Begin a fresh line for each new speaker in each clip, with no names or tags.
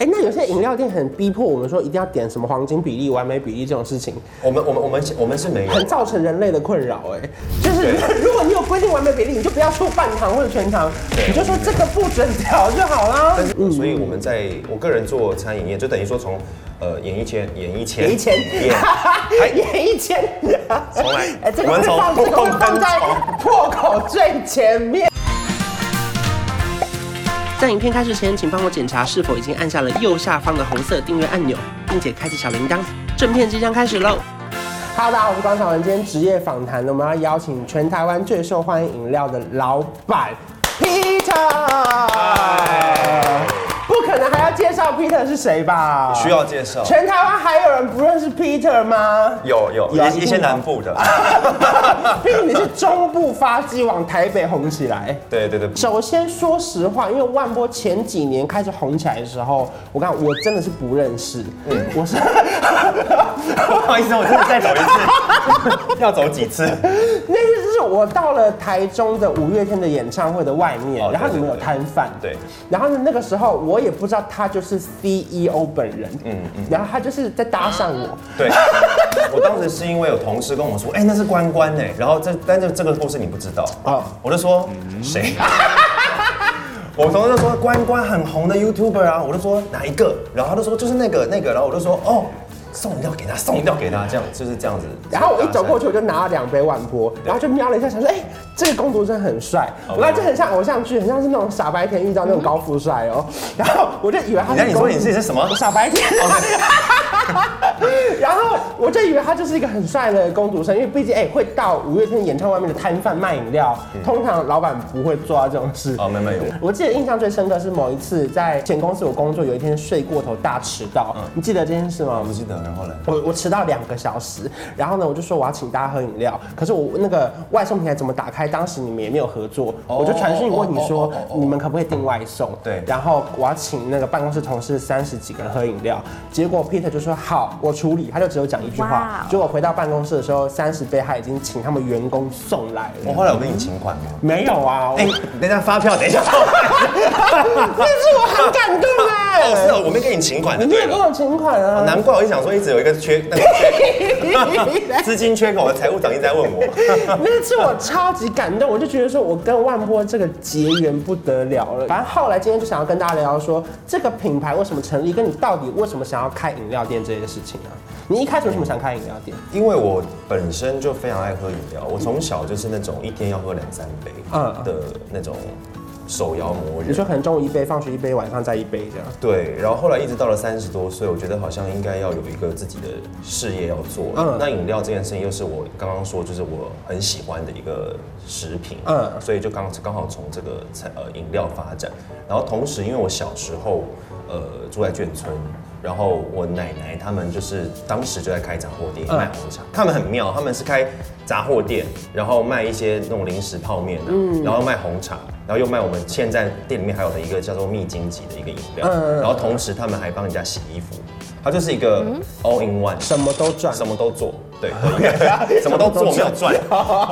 哎，那有些饮料店很逼迫我们说一定要点什么黄金比例、完美比例这种事情，
我们我们我们我们是没有，
很造成人类的困扰。哎，就是 如果你有规定完美比例，你就不要说半糖或者全糖，你就说这个不准调就好啦。嗯
但是所以我们在我个人做餐饮业，就等于说从呃演艺圈演艺圈
演一千，
演
演一千，
重来
哎，这个
我
会
们从
放，这个会放在
从
破口最前面。在影片开始前，请帮我检查是否已经按下了右下方的红色订阅按钮，并且开启小铃铛。正片即将开始喽！Hello，大家好，我是关晓雯。今天职业访谈呢，我们要邀请全台湾最受欢迎饮料的老板 Peter。不可能还要介绍 Peter 是谁吧？
需要介 绍
全台湾还有人不认识 Peter 吗？
有有
有啊
一一些南部的，
毕竟你是中部发迹，往台北红起来。
对 对对，
首先说实话，因为万波前几年开始红起来的时候，我看我真的是不认识，
嗯
我是
不好意思，我真的再走一次，要 走几次？
那次就是我到了台中的五月天的演唱会的外面，
哦对
然后你们
对
有
对
摊贩，
对
然后呢那个时候我也不知道他就是 CEO 本人，嗯嗯，然后他就是在搭讪我，
对， 我当时是因为有同事跟我说，哎、那是关关哎、然后这但是这个故事你不知道
哦
啊，我就说
嗯
谁？ 我同事就说关关很红的 YouTuber 啊，我就说哪一个？然后他就说就是那个那个，然后我就说哦，送饮料给他，送饮料给他，这样就是这样子。
然后我一走过去，我就拿了两杯万波，然后就瞄了一下，想说，哎、这个工读生很帅，
哦
我看这很像偶像剧，很像是那种傻白甜遇到那种高富帅哦。 然后我就以为他
那
是
哎你
公
说你自己是什么？哦
傻白甜， 然后我就以为他就是一个很帅的工读生，因为毕竟哎、会到五月天演唱会外面的摊贩卖饮料，通常老板不会做到这种事。
嗯哦，没有没有，
我记得印象最深刻是某一次在前公司我工作，有一天睡过头大迟到，
嗯
你记得这件事吗？
我不记得。然后呢？
我我迟到两个小时，然后呢，我就说我要请大家喝饮料，可是我那个外送平台怎么打开？当时你们也没有合作，我就传讯问你说
哦哦哦哦
你们可不可以订外送？
对
然后我要请那个办公室同事三十几个人喝饮料，结果 Peter 就说好，我处理，他就只有讲一句话
哇。
结果回到办公室的时候，三十杯他已经请他们员工送来
我
了。
后来我跟你请款吗？
没有啊，我
哎、 等一下发票，等一下。
但是我很感 动
哦，
哎，
是哦，我没跟你请款的。
你没
对
有给
了，
我请款啊？
难怪我就想说一直有一个 缺，那个缺资金缺口， 我的财务长一直在问我。
那次我超级感动，我就觉得说我跟万波这个结缘不得了了。反正后来今天就想要跟大家聊聊说这个品牌为什么成立，跟你到底为什么想要开饮料店这件事情啊？你一开始为什么想开饮料店？
因为我本身就非常爱喝饮料，我从小就是那种一天要喝两三杯
嗯
的那种手摇魔
你
人。
说可能中午一杯，放学一杯，晚上再一杯这样。
对，然后后来一直到了三十多岁，我觉得好像应该要有一个自己的事业要做。
嗯
那饮料这件事情又是我刚刚说，就是我很喜欢的一个食品。
嗯
所以就刚刚好从这个菜呃饮料发展，然后同时因为我小时候呃住在眷村。然后我奶奶他们就是当时就在开杂货店
嗯
卖红茶，他们很妙，他们是开杂货店，然后卖一些那种零食泡面啊，
嗯
然后卖红茶，然后又卖我们现在店里面还有的一个叫做蜜金棘的一个饮料，
嗯嗯
然后同时他们还帮人家洗衣服，它就是一个 all in one，
什么都赚
什么都做， 对，的一个什么都做没有赚，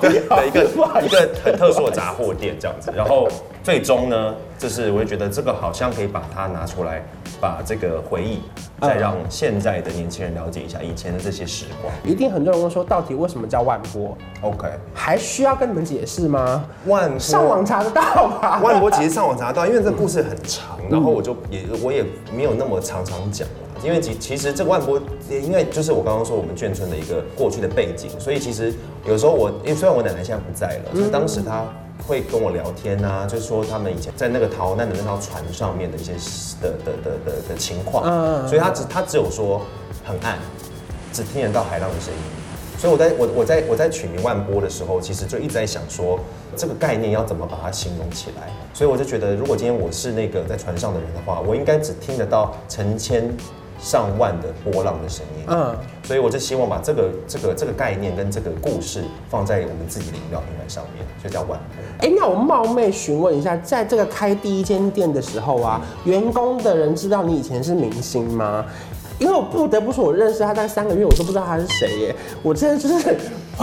对的一个
不好意
一个很特殊的杂货店这样子。然后最终呢，就是我会觉得这个好像可以把它拿出来，把这个回忆再让现在的年轻人了解一下以前的这些时光。
一定很多人问说，到底为什么叫万波？
OK，
还需要跟你们解释吗？
万波
上网查得到 吧？
万博其实上网查得到，因为这个故事很长，然后我就也我也没有那么常常讲啦。因为其其实这个万博，因为就是我刚刚说我们眷村的一个过去的背景，所以其实有时候我，因为虽然我奶奶现在不在了，所以当时她会跟我聊天啊，就说他们以前在那个逃难的那条船上面的一些的的的的的情况，所以她只她只有说很暗，只听得到海浪的声音。所以我在我我在我在取名万波的时候，其实就一直在想说这个概念要怎么把它形容起来。所以我就觉得，如果今天我是那个在船上的人的话，我应该只听得到成千上万的波浪的声音。
嗯
嗯，所以我就希望把这个这个这个概念跟这个故事放在我们自己的饮料平台上面，所以叫万波。
哎、那我冒昧询问一下，在这个开第一间店的时候啊，员工的人知道你以前是明星吗？因为我不得不说，我认识他大概三个月，我都不知道他是谁耶。我真的就是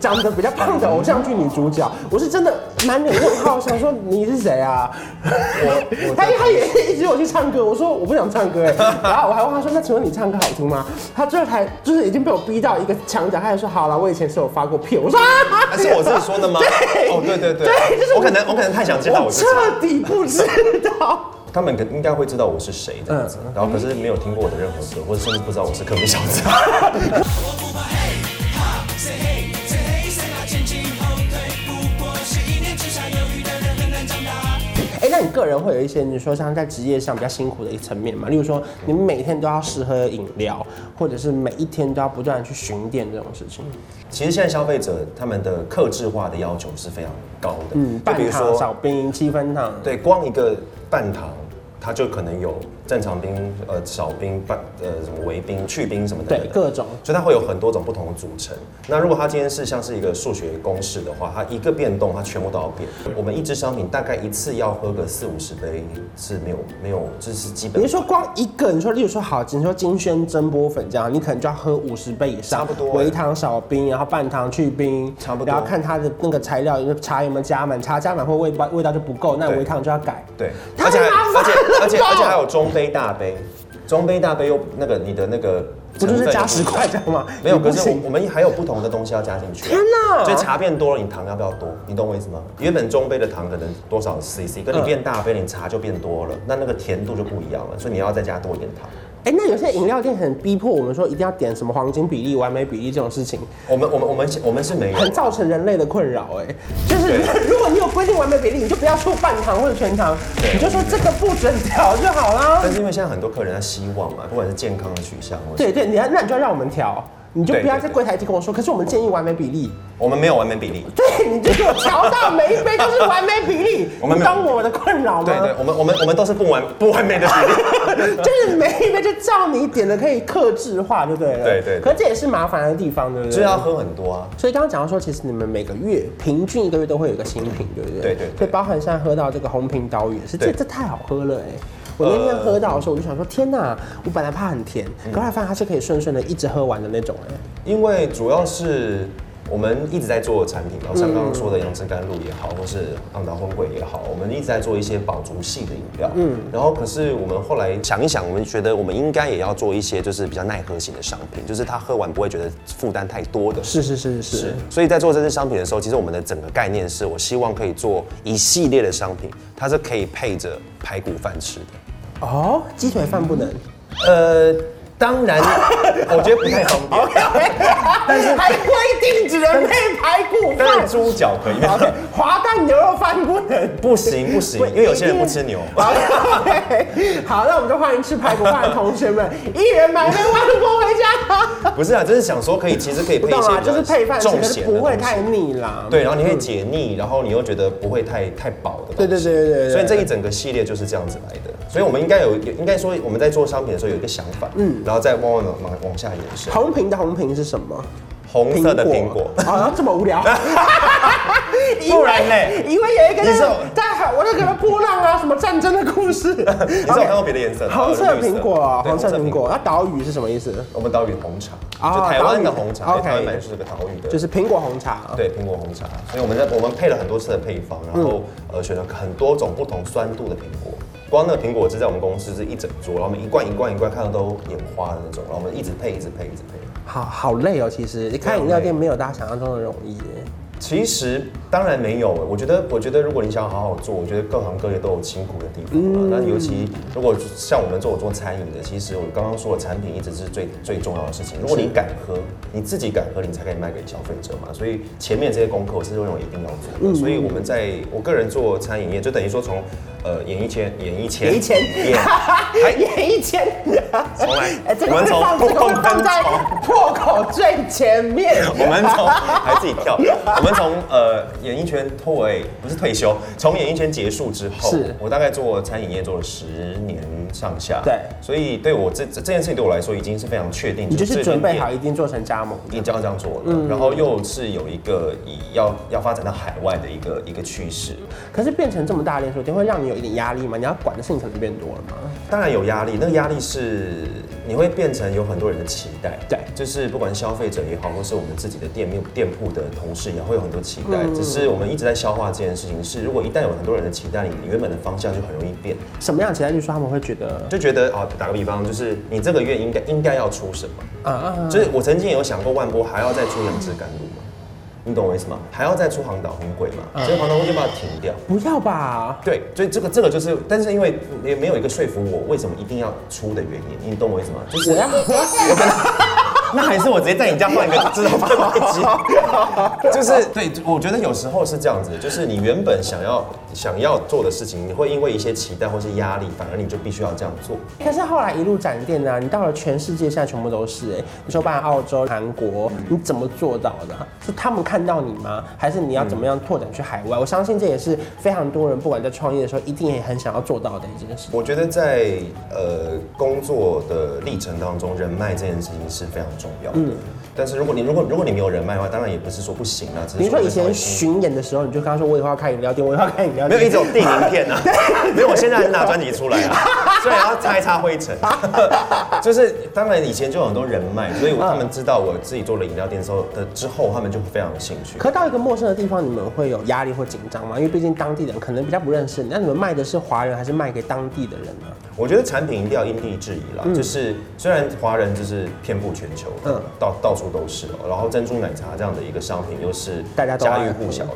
长得比较胖的偶像剧女主角，我是真的满脸问号，想说你是谁啊？
我
他他也一直约我去唱歌，我说我不想唱歌哎，然后我还问他说，那请问你唱歌好听吗？他最后才就是已经被我逼到一个墙角，他还说好了，我以前是有发过片，我说啊，
啊是我自己说的吗
对，
哦对对对
对，就是
我可能我可能太想知道
我
我自己
彻底不知道。
他们可应该会知道我是谁这样子，然后可是没有听过我的任何歌，或者甚至不知道我是科比小子。
哎、那你个人会有一些，你说像在职业上比较辛苦的一层面嘛？例如说，你每天都要试喝饮料，或者是每一天都要不断地去巡店这种事情。
其实现在消费者他们的克制化的要求是非常高的，
嗯，
就比
半
如
糖、
说
少冰、七分糖，
对，光一个半糖，它就可能有正常冰、呃少冰、半呃什么微冰、去冰什么等
对
等，
各种
所以它会有很多种不同的组成。那如果它今天是像是一个数学公式的话，它一个变动，它全部都要变。我们一支商品大概一次要喝个四五十杯是没有没有，这是基
比
本
如。说光一个，你说例如说好，你说金萱蒸波粉这样，你可能就要喝五十杯以上，
差不多
微糖少冰，然后半糖去冰，
差不多
然后看它的那个材料，茶有没有加满，茶加满或味道味道就不够，那
对
微糖就要改。
对，
太
而且还
麻烦了
而且
吧
而且而且还有中杯大杯，中杯大杯又那个你的那个
不就
成
是
分
加
又
十块这样吗？
没有，
也不
可是
行
我我们还有不同的东西要加进去。
天哪
所以茶变多了，你糖要不要多？你懂我意思吗？原本中杯的糖可能多少 CC，跟你
嗯
变大杯，你茶就变多了，那那个甜度就不一样了，所以你要再加多一点糖。
哎、那有些饮料店很逼迫我们说一定要点什么黄金比例、完美比例这种事情，
我们我们我们我们是没有
很造成人类的困扰。哎，就是
对
如果你有规定完美比例，你就不要说半糖或者全糖，
对
你就说这个不准调就好啦
但。是因为现在很多客人他希望嘛，不管是健康的取向，或者
对对，你要那你就要让我们调，你就
对
不要
对
在
对
柜台一直跟我说，可是我们建议完美比例。
我们没有完美比例。
对，你就给我调到每一杯都是完美比例，
我们
你
没有
懂我的困扰吗？
对对，我们我们我们都是不完不完美的比 例。
就是每一杯就照你点的可以克制化就对了。
对对对
可这也是麻烦的地方，对不对？
所以要喝很多啊。
所以刚刚讲到说，其实你们每个月平均一个月都会有一个新品，对不对？
对对对
所以包含现在喝到这个红瓶岛屿，是这
对
这太好喝了哎、我那天喝到的时候，我就想说，天哪！我本来怕很甜，可后来发现它是可以顺顺的一直喝完的那种哎、
因为主要是我们一直在做的产品，然后像刚刚说的杨枝甘露也好，或是昂达荤桂也好，我们一直在做一些饱足系的饮料。嗯，然后可是我们后来想一想，我们觉得我们应该也要做一些就是比较耐喝型的商品，就是他喝完不会觉得负担太多的。
是是是是是。
所以在做这支商品的时候，其实我们的整个概念是我希望可以做一系列的商品，它是可以配着排骨饭吃的。
哦，鸡腿饭不能。
呃，当然，我觉得不太方 便。
但是还规定只能配排骨
但
饭
是。猪脚可以。
OK，滑蛋牛肉饭不 能。
不行不行，因为有些人不吃牛。
OK，好，那我们就欢迎吃排骨饭的同学们，一人买杯万国回家。
不是啊，就是想说可以，其实可以
不
配
懂
一些
啊，
比
就是
较
配饭吃，
重
可
咸
是
的
不会
东西
太腻啦。
对，然后你可以解腻，然后你又觉得不会太太饱的
对
东西。
对对对对对
所以这一整个系列就是这样子来的。所以我们应该有，有应该说我们在做商品的时候有一个想法，嗯，然后再往往往往下延伸。
红瓶的红瓶是什么？
红色的苹果，
啊，这么无 聊。
不然嘞
因为有一个那
你是有
个在海，我那个波浪啊，什么战争的故事。你
你知道我看过别的颜色？
红色苹果，
对
红色苹果。。那岛屿是什么意思？
我们岛屿红茶，
啊
就台湾的红
岛
茶，
屿
因为台湾
OK
本来就是个岛屿的
就是苹果红茶。
对，苹果红茶，所以我们在我们配了很多次的配方，然后、呃选了很多种不同酸度的苹果。光那个苹果汁在我们公司是一整桌，然后我们一罐一罐一罐看到都眼花的那种，然后我们一直配一直配一直配。
好好累哦，其实你开饮料店没有大家想象中的容易耶。
其实当然没有，我觉得我觉得如果你想要好好做，我觉得各行各业都有辛苦的地方
嗯
啊。那尤其如果像我们做做餐饮的，其实我刚刚说的产品一直是最最重要的事情。如果你敢喝，你自己敢喝，你才可以卖给消费者嘛。所以前面这些功课我是认为一定要
嗯
做的。所以我们在我个人做餐饮业，就等于说从呃演艺圈演艺圈
演艺圈
演
还演一千，
重来
哎，这个
我
会
们从
放，这个
破
会
口
放在
从
破口最前面。
我们从还自己跳，我们从呃演艺圈退不是退休，从演艺圈结束之后，
是
我大概做餐饮业做了十年上下。
对
所以对我这这这件事情对我来说已经是非常确定。
你就
这
是
间
准备
店
好一定嗯做成加盟
一定这样这样做的，然后又是有一个以要要发展到海外的一个一个趋势，
可是变成这么大的连锁店，会让你有一点压力吗？你要管的事情可能变多了吗？
当然有压力，那个压力是你会变成有很多人的期待，
对
就是不管消费者也好，或是我们自己的店面店铺的同事也好会有很多期待，只是我们一直在消化这件事情。是如果一旦有很多人的期待，你你原本的方向就很容易变，
什么样的期待就是说他们会觉得，
就觉得啊，打个比方，就是你这个月应该应该要出什
啊
么，
啊，
就是我曾经也有想过，万波还要再出杨枝甘露吗？你懂我意思吗？还要再出航岛红鬼吗？所以航岛红就把它停掉。
不要吧？
对，所以这个这个就是，但是因为也没有一个说服我为什么一定要出的原因，你懂我意思吗？就是
我要，
那还是我直接在你家换 一个自动贩卖机，就是对，我觉得有时候是这样子，就是你原本想要想要做的事情，你会因为一些期待或是压力，反而你就必须要这样做。
可是后来一路展店啊，你到了全世界，现在全部都是哎、你说办澳洲、韩国，你怎么做到的啊？是他们看到你吗？还是你要怎么样拓展去海外？我相信这也是非常多人不管在创业的时候，一定也很想要做到的一件事。
我觉得在呃工作的历程当中，人脉这件事情是非常重要的。
嗯
但是如果你如果如果你没有人脉的话，当然也不是说不行啊，只
比
是
如说
说
以
会
前
稍微
巡演的时候，你就跟他说我以后要开饮料店，我以后要开饮料
没
店，
有一种电影片 啊，没有，我现在还是拿专辑出来啊，所以还要擦一擦灰尘。 就是当然以前就有很多人脉，所以我他们知道我自己做了饮料店之后的之后，他们就非常有兴趣。
可到一个陌生的地方，你们会有压力或紧张吗？因为毕竟当地人可能比较不认识你，那你们卖的是华人还是卖给当地的人呢？
我觉得产品一定要因地制宜啦，就是虽然华人就是遍布全球，
嗯
嗯，到到处都是哦、然后珍珠奶茶这样的一个商品又是
大家都爱
家喻户晓的，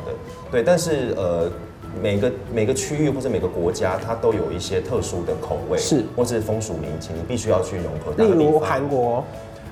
对，但是呃。每个每个区域或者每个国家，它都有一些特殊的口味，
是
或是风俗民情，你必须要去融合它
例
的地方。
如韩国，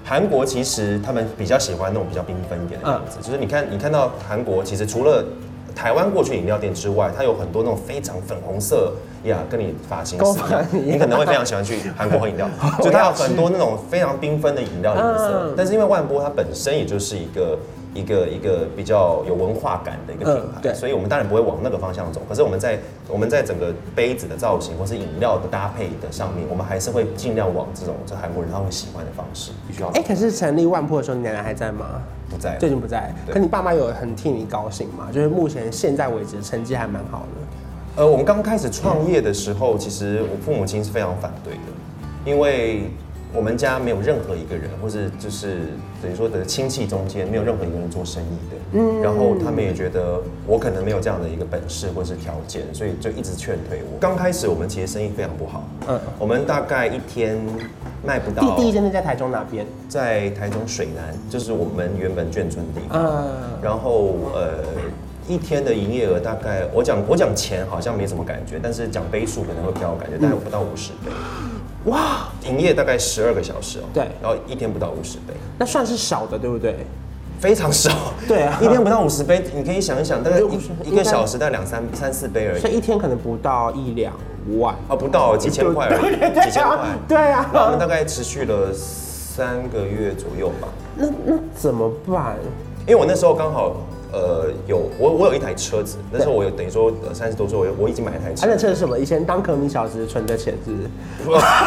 韩国其实他们比较喜欢那种比较缤纷一点的样
嗯
子，就是你看你看到韩国其实除了。台湾过去饮料店之外，它有很多那种非常粉红色呀，跟你发型
跟我
似
发
的，
型一样
你可能会非常喜欢去韩国喝饮料，就它 有很多那种非常缤纷的饮料颜
嗯
色。但是因为万波它本身也就是一个一个一个比较有文化感的一个品
嗯
牌，
对
所以我们当然不会往那个方向走。可是我们在我们在整个杯子的造型或是饮料的搭配的上面，我们还是会尽量往这种就韩国人他会喜欢的方式，必须要走
哎、可是成立万铺的时候，你奶奶还在吗？
不在
最近不在，
对
可你爸妈有很替你高兴吗？就是目前现在为止成绩还蛮好的，
呃，我们刚开始创业的时候，其实我父母亲是非常反对的，因为我们家没有任何一个人，或是就是等于说的亲戚中间没有任何一个人做生意的。嗯。然后他们也觉得我可能没有这样的一个本事或是条件，所以就一直劝退我。刚开始我们其实生意非常不好，
嗯
嗯，我们大概一天卖不到，
第第一间店在台中哪边？
在台中水南，就是我们原本眷村的地方。
嗯，
然后呃，一天的营业额大概，我讲我讲钱好像没什么感觉，但是讲杯数可能会比较有感觉，大概不到五十杯，
哇，
营业大概十二个小时哦，
嗯对啊
然后一天不到五十杯，
那算是少的，对不对？
非常少，
对啊
一天不到五十杯，你可以想一想，大概
我觉得50
一一个小时大概两三三四杯而已
所，以一天可能不到一两 万，
哦，不到几千块而
对对
已，
对
几千块
啊，对啊
然后我们大概持续了三个月左右吧，
那那怎么办？啊
因为我那时候刚好。呃，有我我有一台车子，那时候我有等于说呃三十多岁，我有我已经买了一台车
啊，，那这是什么？以前当可米小时存的钱是不是？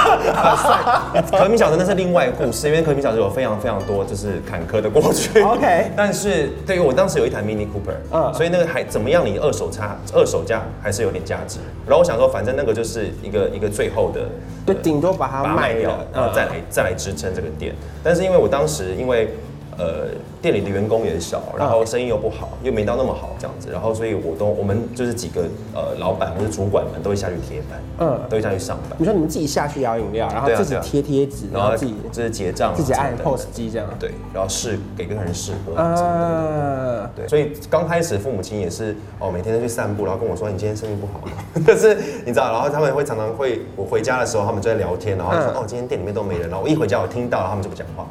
可米小子那是另外一个故事，因为可米小子有非常非常多就是坎坷的过去。
OK
但是对于我当时有一台 Mini Cooper，
嗯
嗯，所以那个还怎么样？你二手差二手价还是有点价值。然后我想说，反正那个就是一个一个最后的，呃
对，顶多把它嗯
把它
卖
卖
掉
掉，，然后再来再来支撑这个店。但是因为我当时因为呃店里的员工也少，然后生意又不好，又没到那么好这样子，然后所以我都我们就是几个呃老板或者主管们都会下去贴班，
嗯
嗯，都会下去上班
你。说你们自己下去摇饮料，然后
对啊
自己
对啊
贴贴纸，然
然
后
后
自己
就是结账啊，
自己按
等等
POS 机这样。
对，然后试给客人试喝。
呃啊，
对，所以刚开始父母亲也是哦，每天都去散步，然后跟我说你今天生意不好嘛。 但是你知道，然后他们会常常会，我回家的时候他们就在聊天，然后就说、
嗯
哦，今天店里面都没人。然后我一回家我听到，然后他们就不讲话了。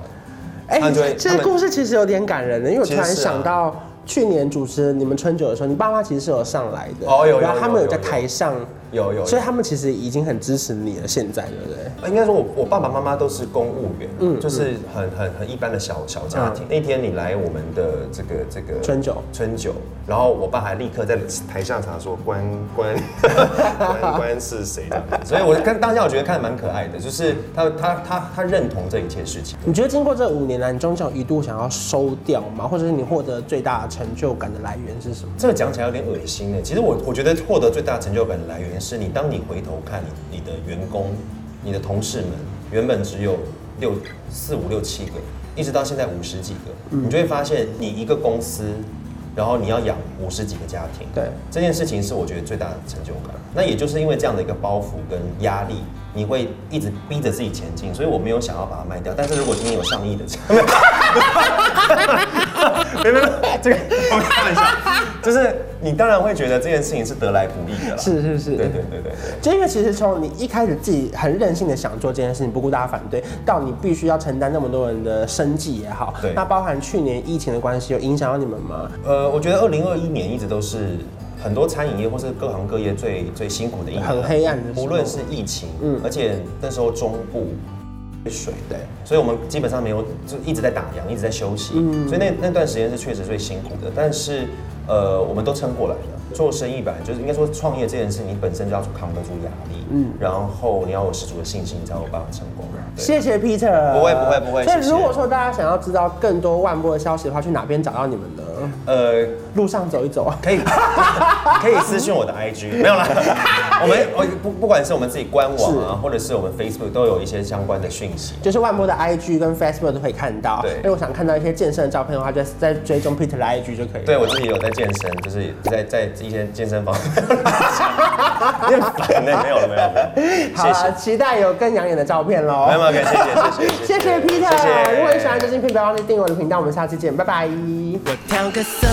哎
他们就会，
这
啊他
个
们
故事其实有点感人的，因为我突然
其实是啊
想到去年主持你们春酒的时候，你爸妈其实是有上来的，
哦有有
然后他们
有
有在
有有
台上
有有有
所以他们其实已经很支持你了，现在对不对？
呃应该说我，我爸爸妈妈都是公务员，
嗯
就是很很很一般的小小家庭。那天你来我们的这个这个
春酒
春酒，然后我爸还立刻在台上查说关关 关关是谁的，所以我看当下我觉得看得蛮可爱的，就是他他他他认同这一切事情。
你觉得经过这五年来，你终究一度想要收掉吗？或者是你获得最大的成就感的来源是什么？
这个讲起来有点恶心呢。欸其实我我觉得获得最大成就感的来源是你，当你回头看你你的员工、你的同事们，原本只有六四五六七个，一直到现在五十几个，你就会发现你一个公司，然后你要养五十几个家庭，
对
这件事情是我觉得最大的成就感。那也就是因为这样的一个包袱跟压力，你会一直逼着自己前进，所以我没有想要把它卖掉。但是如果今天有上亿的，没有没有， 这个我开玩笑， 就是你当然会觉得这件事情是得来不易的啦。
是是是
对对对对对。
就因为其实从你一开始自己很任性的想做这件事情，不顾大家反对，到你必须要承担那么多人的生计也好，
对
那包含去年疫情的关系，有影响到你们吗？
呃，我觉得二零二一年一直都是很多餐饮业或是各行各业最最辛苦的一年，
很黑暗的时候
啊无论是疫情，
嗯
嗯，而且那时候中部水，
对，
所以我们基本上没有就一直在打烊，一直在休息，嗯，所以那那段时间是确实最辛苦的，但是呃，我们都撑过来了。做生意本来就是应该说创业这件事，你本身就要扛得住压力，嗯，然后你要有十足的信心，你才有办法成功。对
谢谢 Peter，
啊不会不会不会
所以
谢谢
如果说大家想要知道更多万波的消息的话，去哪边找到你们 呢？
呃，
路上走一走啊。
可以 可以私信我的 IG，没 有啦。我们我不不管是我们自己官网啊，或者是我们 Facebook 都有一些相关的讯息。
就是万波的 IG 跟 Facebook 都可以看到。
对
如果想看到一些健身的照片的话，就在追踪 Peter 的 IG 就可以了。
对我自己有在健身，就是在在一些健身房， 你很烦欸呢，没有了没有了，
好啊
谢
了，
谢，
期待有更养眼的照片喽。
没有没有，谢谢谢
谢
谢
谢 Peter，
谢谢
如果你喜欢这期片，不要忘记订阅我的频道，我们下期见，拜拜。
我调个色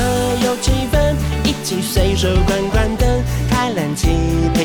有气氛，一起随手关关灯，开冷气的